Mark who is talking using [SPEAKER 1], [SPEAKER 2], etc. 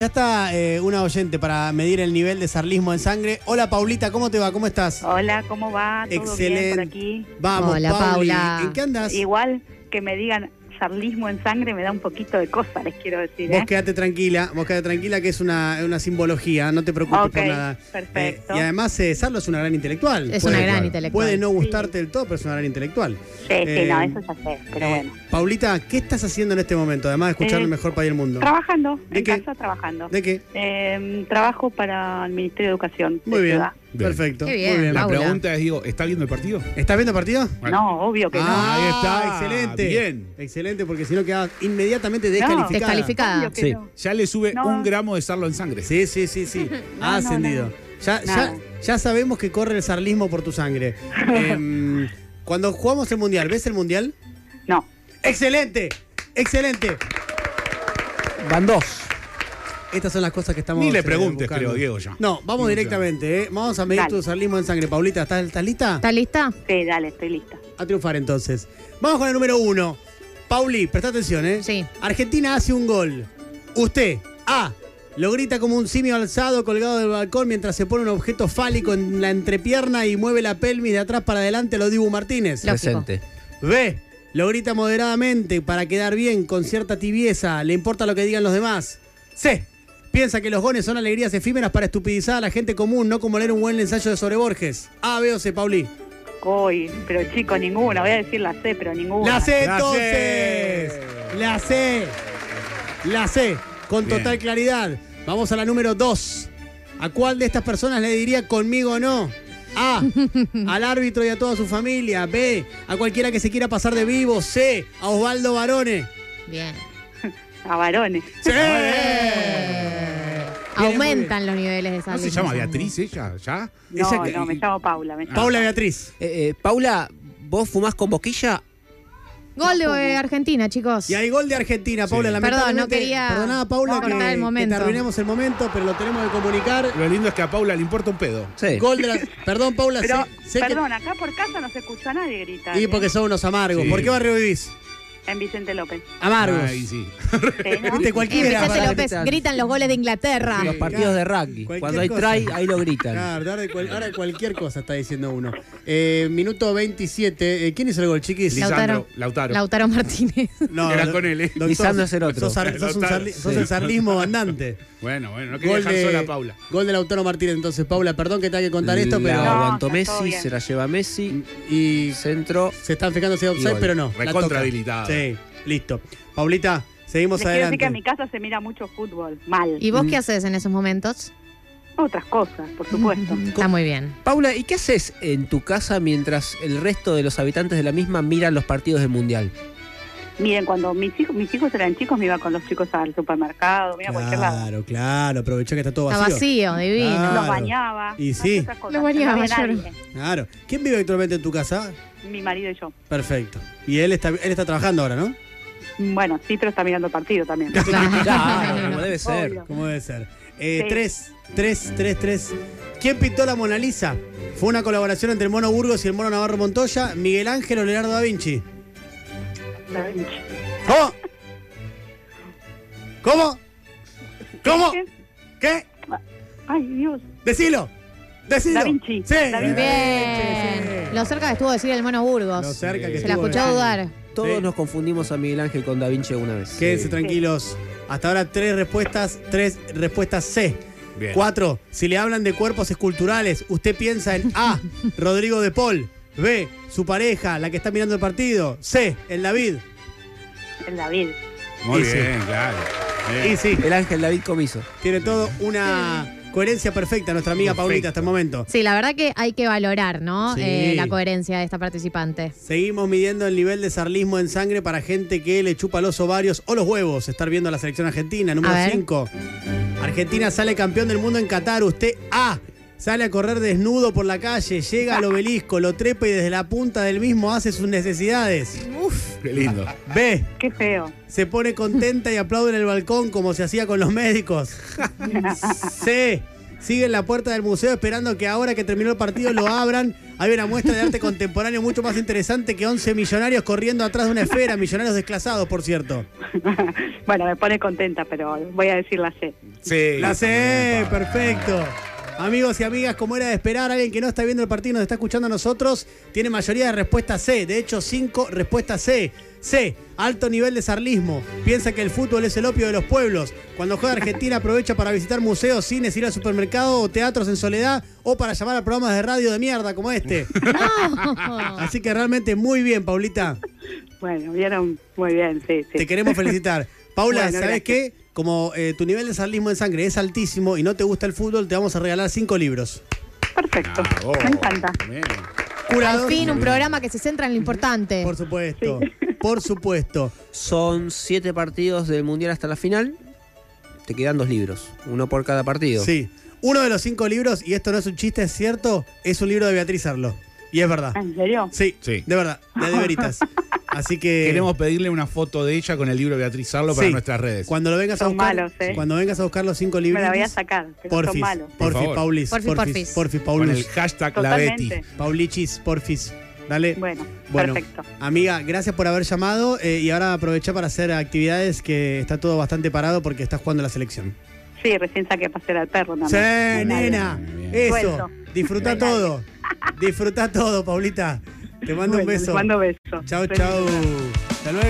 [SPEAKER 1] Ya está eh, una oyente para medir el nivel de sarlismo en sangre. Hola Paulita, ¿cómo te va? ¿Cómo estás?
[SPEAKER 2] Hola, ¿cómo va? ¿Todo bien por
[SPEAKER 1] Excelente.
[SPEAKER 2] aquí?
[SPEAKER 1] Vamos,
[SPEAKER 3] Hola,
[SPEAKER 1] Pauli.
[SPEAKER 3] Paula.
[SPEAKER 1] ¿En qué andas?
[SPEAKER 2] Igual que me digan sarlismo en sangre me da un poquito de cosa, les quiero decir,
[SPEAKER 1] Vos
[SPEAKER 2] ¿eh?
[SPEAKER 1] quédate tranquila, vos quédate tranquila que es una, una simbología, no te preocupes
[SPEAKER 2] Ok,
[SPEAKER 1] por nada.
[SPEAKER 2] perfecto.
[SPEAKER 1] Eh, y además eh, Sarlo es una gran intelectual.
[SPEAKER 3] Es
[SPEAKER 1] Puede-
[SPEAKER 3] una gran
[SPEAKER 4] claro.
[SPEAKER 3] intelectual.
[SPEAKER 1] Puede no gustarte del todo, pero es una gran intelectual.
[SPEAKER 2] Sí,
[SPEAKER 1] eh,
[SPEAKER 2] sí, no, eso ya sé, pero
[SPEAKER 1] Eh,
[SPEAKER 2] bueno.
[SPEAKER 1] Paulita, ¿qué estás haciendo en este momento? Además de escuchar
[SPEAKER 2] Eh,
[SPEAKER 1] el mejor país del mundo.
[SPEAKER 2] Trabajando,
[SPEAKER 1] ¿de
[SPEAKER 2] en
[SPEAKER 1] qué?
[SPEAKER 2] casa trabajando.
[SPEAKER 1] ¿De qué?
[SPEAKER 2] Eh, trabajo para el Ministerio de Educación.
[SPEAKER 1] Muy
[SPEAKER 2] de
[SPEAKER 1] bien,
[SPEAKER 2] Ciudad.
[SPEAKER 4] Bien.
[SPEAKER 1] perfecto.
[SPEAKER 3] Qué bien,
[SPEAKER 1] muy
[SPEAKER 3] Paula.
[SPEAKER 4] La pregunta es, digo, ¿está viendo el partido?
[SPEAKER 1] ¿Estás viendo partido?
[SPEAKER 2] No, obvio que
[SPEAKER 1] Ah,
[SPEAKER 4] Ahí está,
[SPEAKER 1] Excelente.
[SPEAKER 4] bien.
[SPEAKER 1] Excelente, porque si no quedabas inmediatamente
[SPEAKER 2] no.
[SPEAKER 1] descalificada.
[SPEAKER 3] Descalificada.
[SPEAKER 2] Obvio que
[SPEAKER 4] Sí.
[SPEAKER 2] no.
[SPEAKER 4] Ya le sube
[SPEAKER 2] No.
[SPEAKER 4] un gramo de sarlo en sangre.
[SPEAKER 1] Sí, sí, sí, sí. ha
[SPEAKER 2] no,
[SPEAKER 1] ascendido. Ya, ya,
[SPEAKER 2] Nada.
[SPEAKER 1] ya sabemos que corre el sarlismo por tu sangre. Em, cuando jugamos el mundial, ¿ves el mundial?
[SPEAKER 2] No.
[SPEAKER 1] ¡Excelente! ¡Excelente!
[SPEAKER 4] Van dos.
[SPEAKER 1] Estas son las cosas que estamos
[SPEAKER 4] Ni le
[SPEAKER 1] eh,
[SPEAKER 4] preguntes,
[SPEAKER 1] buscando.
[SPEAKER 4] creo, Diego, ya.
[SPEAKER 1] No, vamos
[SPEAKER 4] Sí,
[SPEAKER 1] directamente. eh. Vamos a medir
[SPEAKER 2] Dale.
[SPEAKER 1] tu sarlismo en sangre. Paulita, ¿estás, estás lista?
[SPEAKER 3] ¿Está lista?
[SPEAKER 2] Sí, dale, estoy lista.
[SPEAKER 1] A triunfar entonces. Vamos con el número uno. Pauli, presta atención, ¿eh?
[SPEAKER 3] Sí.
[SPEAKER 1] Argentina hace un gol. Usted, A, lo grita como un simio alzado colgado del balcón mientras se pone un objeto fálico en la entrepierna y mueve la pelvis de atrás para adelante lo Dibu Martínez.
[SPEAKER 3] Lógico.
[SPEAKER 5] Presente.
[SPEAKER 1] B, lo grita moderadamente para quedar bien, con cierta tibieza, le importa lo que digan los demás. C, piensa que los goles son alegrías efímeras para estupidizar a la gente común, no como leer un buen ensayo de sobre Borges. A, B o C, Pauli.
[SPEAKER 2] Uy, pero chico, ninguna. Voy a decir la C, pero ninguna.
[SPEAKER 1] La C
[SPEAKER 4] La C.
[SPEAKER 1] entonces. La C. La C. Con
[SPEAKER 4] Bien.
[SPEAKER 1] total claridad. Vamos a la número 2. ¿A cuál de estas personas le diría conmigo no? A. Al árbitro y a toda su familia. B. A cualquiera que se quiera pasar de vivo. C. A Osvaldo Barone.
[SPEAKER 3] Bien.
[SPEAKER 2] A varones.
[SPEAKER 1] ¡Sí!
[SPEAKER 3] Aumentan los niveles de
[SPEAKER 4] ¿No
[SPEAKER 3] sarlismo.
[SPEAKER 4] se llama Beatriz ella? ¿Ya?
[SPEAKER 2] No,
[SPEAKER 1] Esa que-
[SPEAKER 2] no, me llamo Paula. Me llamo
[SPEAKER 1] Paula Beatriz.
[SPEAKER 5] Eh, eh, Paula, ¿vos fumás con boquilla?
[SPEAKER 3] Gol de eh, Argentina, chicos. Eh,
[SPEAKER 1] Y hay gol de Argentina, Paula.
[SPEAKER 4] Sí.
[SPEAKER 1] lamentablemente-
[SPEAKER 3] Perdón, no quería
[SPEAKER 1] Perdonada, Paula, que,
[SPEAKER 3] cortar el
[SPEAKER 1] que
[SPEAKER 3] momento.
[SPEAKER 1] te arruinamos el momento, pero lo tenemos que comunicar.
[SPEAKER 4] Lo lindo es que a Paula le importa un pedo.
[SPEAKER 5] Sí.
[SPEAKER 1] Gol de la... Perdón, Paula. sé-
[SPEAKER 2] Pero,
[SPEAKER 1] sé que-
[SPEAKER 2] perdón, acá por casa no se escucha a nadie gritar.
[SPEAKER 1] Y
[SPEAKER 2] ¿eh?
[SPEAKER 1] porque son unos amargos.
[SPEAKER 4] Sí.
[SPEAKER 1] ¿Por qué barrio vivís?
[SPEAKER 2] En Vicente López.
[SPEAKER 1] Amargos.
[SPEAKER 4] Ay, sí.
[SPEAKER 2] Sí, ¿no?
[SPEAKER 1] Viste,
[SPEAKER 3] Eh,
[SPEAKER 1] cualquiera.
[SPEAKER 3] Vicente
[SPEAKER 1] para-
[SPEAKER 3] López, gritan los goles de Inglaterra.
[SPEAKER 5] Los
[SPEAKER 1] claro.
[SPEAKER 5] partidos de rugby.
[SPEAKER 1] Ah, Cualquier
[SPEAKER 5] Cuando hay
[SPEAKER 1] cosa. Ah,
[SPEAKER 5] try, ahí lo gritan.
[SPEAKER 1] Claro, ahora, de cual- ahora de cualquier cosa está diciendo uno. Eh, minuto 27. Eh, ¿Quién hizo el gol, chiquis?
[SPEAKER 3] Lizardo.
[SPEAKER 4] Lisandro,
[SPEAKER 3] Lautaro.
[SPEAKER 4] Lautaro.
[SPEAKER 3] Lautaro Martínez.
[SPEAKER 1] No,
[SPEAKER 4] Era
[SPEAKER 1] do-
[SPEAKER 4] con él, eh.
[SPEAKER 1] doctor,
[SPEAKER 5] Lisandro es el otro.
[SPEAKER 1] Sos, ar- sos un
[SPEAKER 4] Lautaro.
[SPEAKER 1] sarli- sos
[SPEAKER 5] Sí.
[SPEAKER 1] el sarlismo andante.
[SPEAKER 4] Bueno, bueno, no quería dejar sola a Paula.
[SPEAKER 1] gol de Lautaro Martínez. Entonces, Paula, perdón que tenga que contar esto,
[SPEAKER 5] la
[SPEAKER 1] pero.
[SPEAKER 2] No,
[SPEAKER 5] aguantó
[SPEAKER 2] está todo
[SPEAKER 5] Messi,
[SPEAKER 2] bien.
[SPEAKER 5] se la lleva Messi.
[SPEAKER 1] Y
[SPEAKER 5] Centro.
[SPEAKER 1] se están fijando si hay
[SPEAKER 5] Y
[SPEAKER 1] offside,
[SPEAKER 5] gol.
[SPEAKER 1] pero no. la
[SPEAKER 4] Recontra
[SPEAKER 1] toca.
[SPEAKER 4] habilitado.
[SPEAKER 1] Sí, listo. Paulita, seguimos
[SPEAKER 2] Les quiero
[SPEAKER 1] adelante.
[SPEAKER 2] decir que en mi casa se mira mucho fútbol. Mal.
[SPEAKER 3] ¿Y vos qué haces en esos momentos?
[SPEAKER 2] Otras cosas, por supuesto.
[SPEAKER 1] Mm,
[SPEAKER 3] Está muy bien.
[SPEAKER 5] Paula, ¿y qué haces en tu casa mientras el resto de los habitantes de la misma miran los partidos del Mundial?
[SPEAKER 2] Miren, cuando mis hijos, mis hijos eran chicos, me iba con los chicos al supermercado, me iba a cualquier lado.
[SPEAKER 1] Claro, claro. Aprovechó que está todo
[SPEAKER 3] Está vacío, divino.
[SPEAKER 1] Claro.
[SPEAKER 2] Los bañaba.
[SPEAKER 1] Y
[SPEAKER 2] hacía
[SPEAKER 1] sí.
[SPEAKER 2] esas cosas.
[SPEAKER 3] Los bañaba,
[SPEAKER 2] No había
[SPEAKER 3] yo
[SPEAKER 2] nadie.
[SPEAKER 1] Claro. ¿Quién vive actualmente en tu casa?
[SPEAKER 2] Mi marido y yo.
[SPEAKER 1] Perfecto. Y él está, él está trabajando ahora, ¿no?
[SPEAKER 2] Bueno, sí, pero está mirando el partido también.
[SPEAKER 5] Claro, como debe ser.
[SPEAKER 2] Obvio.
[SPEAKER 1] Como debe ser. Eh,
[SPEAKER 2] Sí.
[SPEAKER 1] Tres, tres, tres, tres. ¿Quién pintó la Mona Lisa? Fue una colaboración entre el mono Burgos y el mono Navarro Montoya, Miguel Ángel o Leonardo da Vinci. ¿Cómo? ¿Cómo? ¿Cómo? ¿Qué?
[SPEAKER 2] Ay, Dios.
[SPEAKER 1] Decilo. Decilo.
[SPEAKER 2] Da Vinci.
[SPEAKER 1] Sí.
[SPEAKER 2] Da Vinci.
[SPEAKER 3] Bien. Lo cerca que estuvo decir el mono
[SPEAKER 1] Lo
[SPEAKER 3] Burgos.
[SPEAKER 1] cerca que
[SPEAKER 3] Se la
[SPEAKER 1] estuvo,
[SPEAKER 3] escuchó
[SPEAKER 1] eh.
[SPEAKER 3] dudar.
[SPEAKER 5] Todos
[SPEAKER 1] Sí.
[SPEAKER 5] nos confundimos a Miguel Ángel con Da Vinci una vez.
[SPEAKER 1] Quédense
[SPEAKER 4] Sí.
[SPEAKER 1] tranquilos. Hasta ahora tres respuestas, tres respuestas C.
[SPEAKER 4] Bien.
[SPEAKER 1] Cuatro, si le hablan de cuerpos esculturales, usted piensa en A, Rodrigo de Paul, B, su pareja, la que está mirando el partido, C, el David.
[SPEAKER 2] El David.
[SPEAKER 4] Muy
[SPEAKER 1] Y sí.
[SPEAKER 4] bien, claro. Bien.
[SPEAKER 1] Y sí,
[SPEAKER 5] El Ángel David Comiso.
[SPEAKER 1] tiene todo una coherencia perfecta nuestra amiga
[SPEAKER 4] Perfecto.
[SPEAKER 1] Paulita hasta el momento.
[SPEAKER 3] Sí, la verdad que hay que valorar, ¿no?
[SPEAKER 1] Sí.
[SPEAKER 3] Eh, la coherencia de esta participante.
[SPEAKER 1] Seguimos midiendo el nivel de sarlismo en sangre para gente que le chupa los ovarios o los huevos. Estar viendo a la selección argentina, número
[SPEAKER 3] A ver.
[SPEAKER 1] 5. Argentina sale campeón del mundo en Qatar. Usted A. Sale a correr desnudo por la calle, llega al obelisco, lo trepa y desde la punta del mismo hace sus necesidades.
[SPEAKER 4] Qué lindo.
[SPEAKER 1] B.
[SPEAKER 2] Qué feo.
[SPEAKER 1] Se pone contenta y aplaude en el balcón como se hacía con los médicos. C. Sigue en la puerta del museo esperando que ahora que terminó el partido lo abran Hay una muestra de arte contemporáneo mucho más interesante que 11 millonarios corriendo atrás de una esfera, millonarios desclasados, por cierto.
[SPEAKER 2] bueno, me pone contenta, pero voy a decir la C.
[SPEAKER 4] Sí.
[SPEAKER 1] La C, perfecto. Amigos y amigas, como era de esperar, alguien que no está viendo el partido y nos está escuchando a nosotros, tiene mayoría de respuesta C. De hecho, 5 respuesta C. C, alto nivel de sarlismo. Piensa que el fútbol es el opio de los pueblos. Cuando juega Argentina aprovecha para visitar museos, cines, ir al supermercado o teatros en soledad o para llamar a programas de radio de mierda como este. Así que realmente muy bien, Paulita.
[SPEAKER 2] Bueno, vieron muy bien, sí, sí.
[SPEAKER 1] Te queremos felicitar. Paula,
[SPEAKER 2] Bueno,
[SPEAKER 1] ¿sabes
[SPEAKER 2] gracias.
[SPEAKER 1] qué? Como eh, tu nivel de sarlismo en sangre es altísimo y no te gusta el fútbol, te vamos a regalar cinco libros.
[SPEAKER 2] Perfecto.
[SPEAKER 4] Bravo.
[SPEAKER 2] Me encanta.
[SPEAKER 4] Ah, Bien.
[SPEAKER 1] Curados.
[SPEAKER 3] Al fin, un programa que se centra en lo importante.
[SPEAKER 1] Por supuesto, por supuesto.
[SPEAKER 5] Son siete partidos del Mundial hasta la final. Te quedan dos libros, uno por cada partido.
[SPEAKER 1] Sí. Uno de los cinco libros, y esto no es un chiste, es cierto, es un libro de Beatriz Arlo. Y es verdad.
[SPEAKER 2] Ah, ¿En serio?
[SPEAKER 1] Sí,
[SPEAKER 4] Sí.
[SPEAKER 1] de verdad, de, de veritas. Así que
[SPEAKER 4] Queremos pedirle una foto de ella con el libro de Beatriz Arlo para
[SPEAKER 1] Sí.
[SPEAKER 4] nuestras redes.
[SPEAKER 1] cuando lo vengas a
[SPEAKER 2] Son
[SPEAKER 1] buscar,
[SPEAKER 2] malos, ¿eh?
[SPEAKER 1] cuando vengas a buscar los cinco
[SPEAKER 2] Me
[SPEAKER 1] libros,
[SPEAKER 2] la voy a sacar, pero son
[SPEAKER 1] porfis,
[SPEAKER 2] malos.
[SPEAKER 4] Por
[SPEAKER 1] porfis,
[SPEAKER 4] favor.
[SPEAKER 1] Paulis,
[SPEAKER 3] Porfis,
[SPEAKER 1] porfis,
[SPEAKER 3] porfis.
[SPEAKER 1] porfis,
[SPEAKER 4] Con el
[SPEAKER 1] Paulus,
[SPEAKER 4] hashtag la Betty.
[SPEAKER 2] Totalmente.
[SPEAKER 1] Paulichis, porfis. Dale.
[SPEAKER 2] Bueno,
[SPEAKER 1] Bueno,
[SPEAKER 2] perfecto.
[SPEAKER 1] amiga, gracias por haber llamado eh, y ahora aprovecha para hacer actividades que está todo bastante parado porque estás jugando la selección.
[SPEAKER 2] Sí, recién saqué a pasear al perro
[SPEAKER 1] Sí,
[SPEAKER 2] también.
[SPEAKER 1] nena.
[SPEAKER 4] bien.
[SPEAKER 1] Eso.
[SPEAKER 2] Suelto.
[SPEAKER 1] Disfruta
[SPEAKER 2] Venga.
[SPEAKER 1] todo. Disfruta todo, Paulita. Te mando un
[SPEAKER 2] Bueno, les
[SPEAKER 1] beso.
[SPEAKER 2] Mando beso.
[SPEAKER 1] Chao,
[SPEAKER 2] Feliz
[SPEAKER 1] chao.
[SPEAKER 2] Navidad.
[SPEAKER 1] Hasta luego.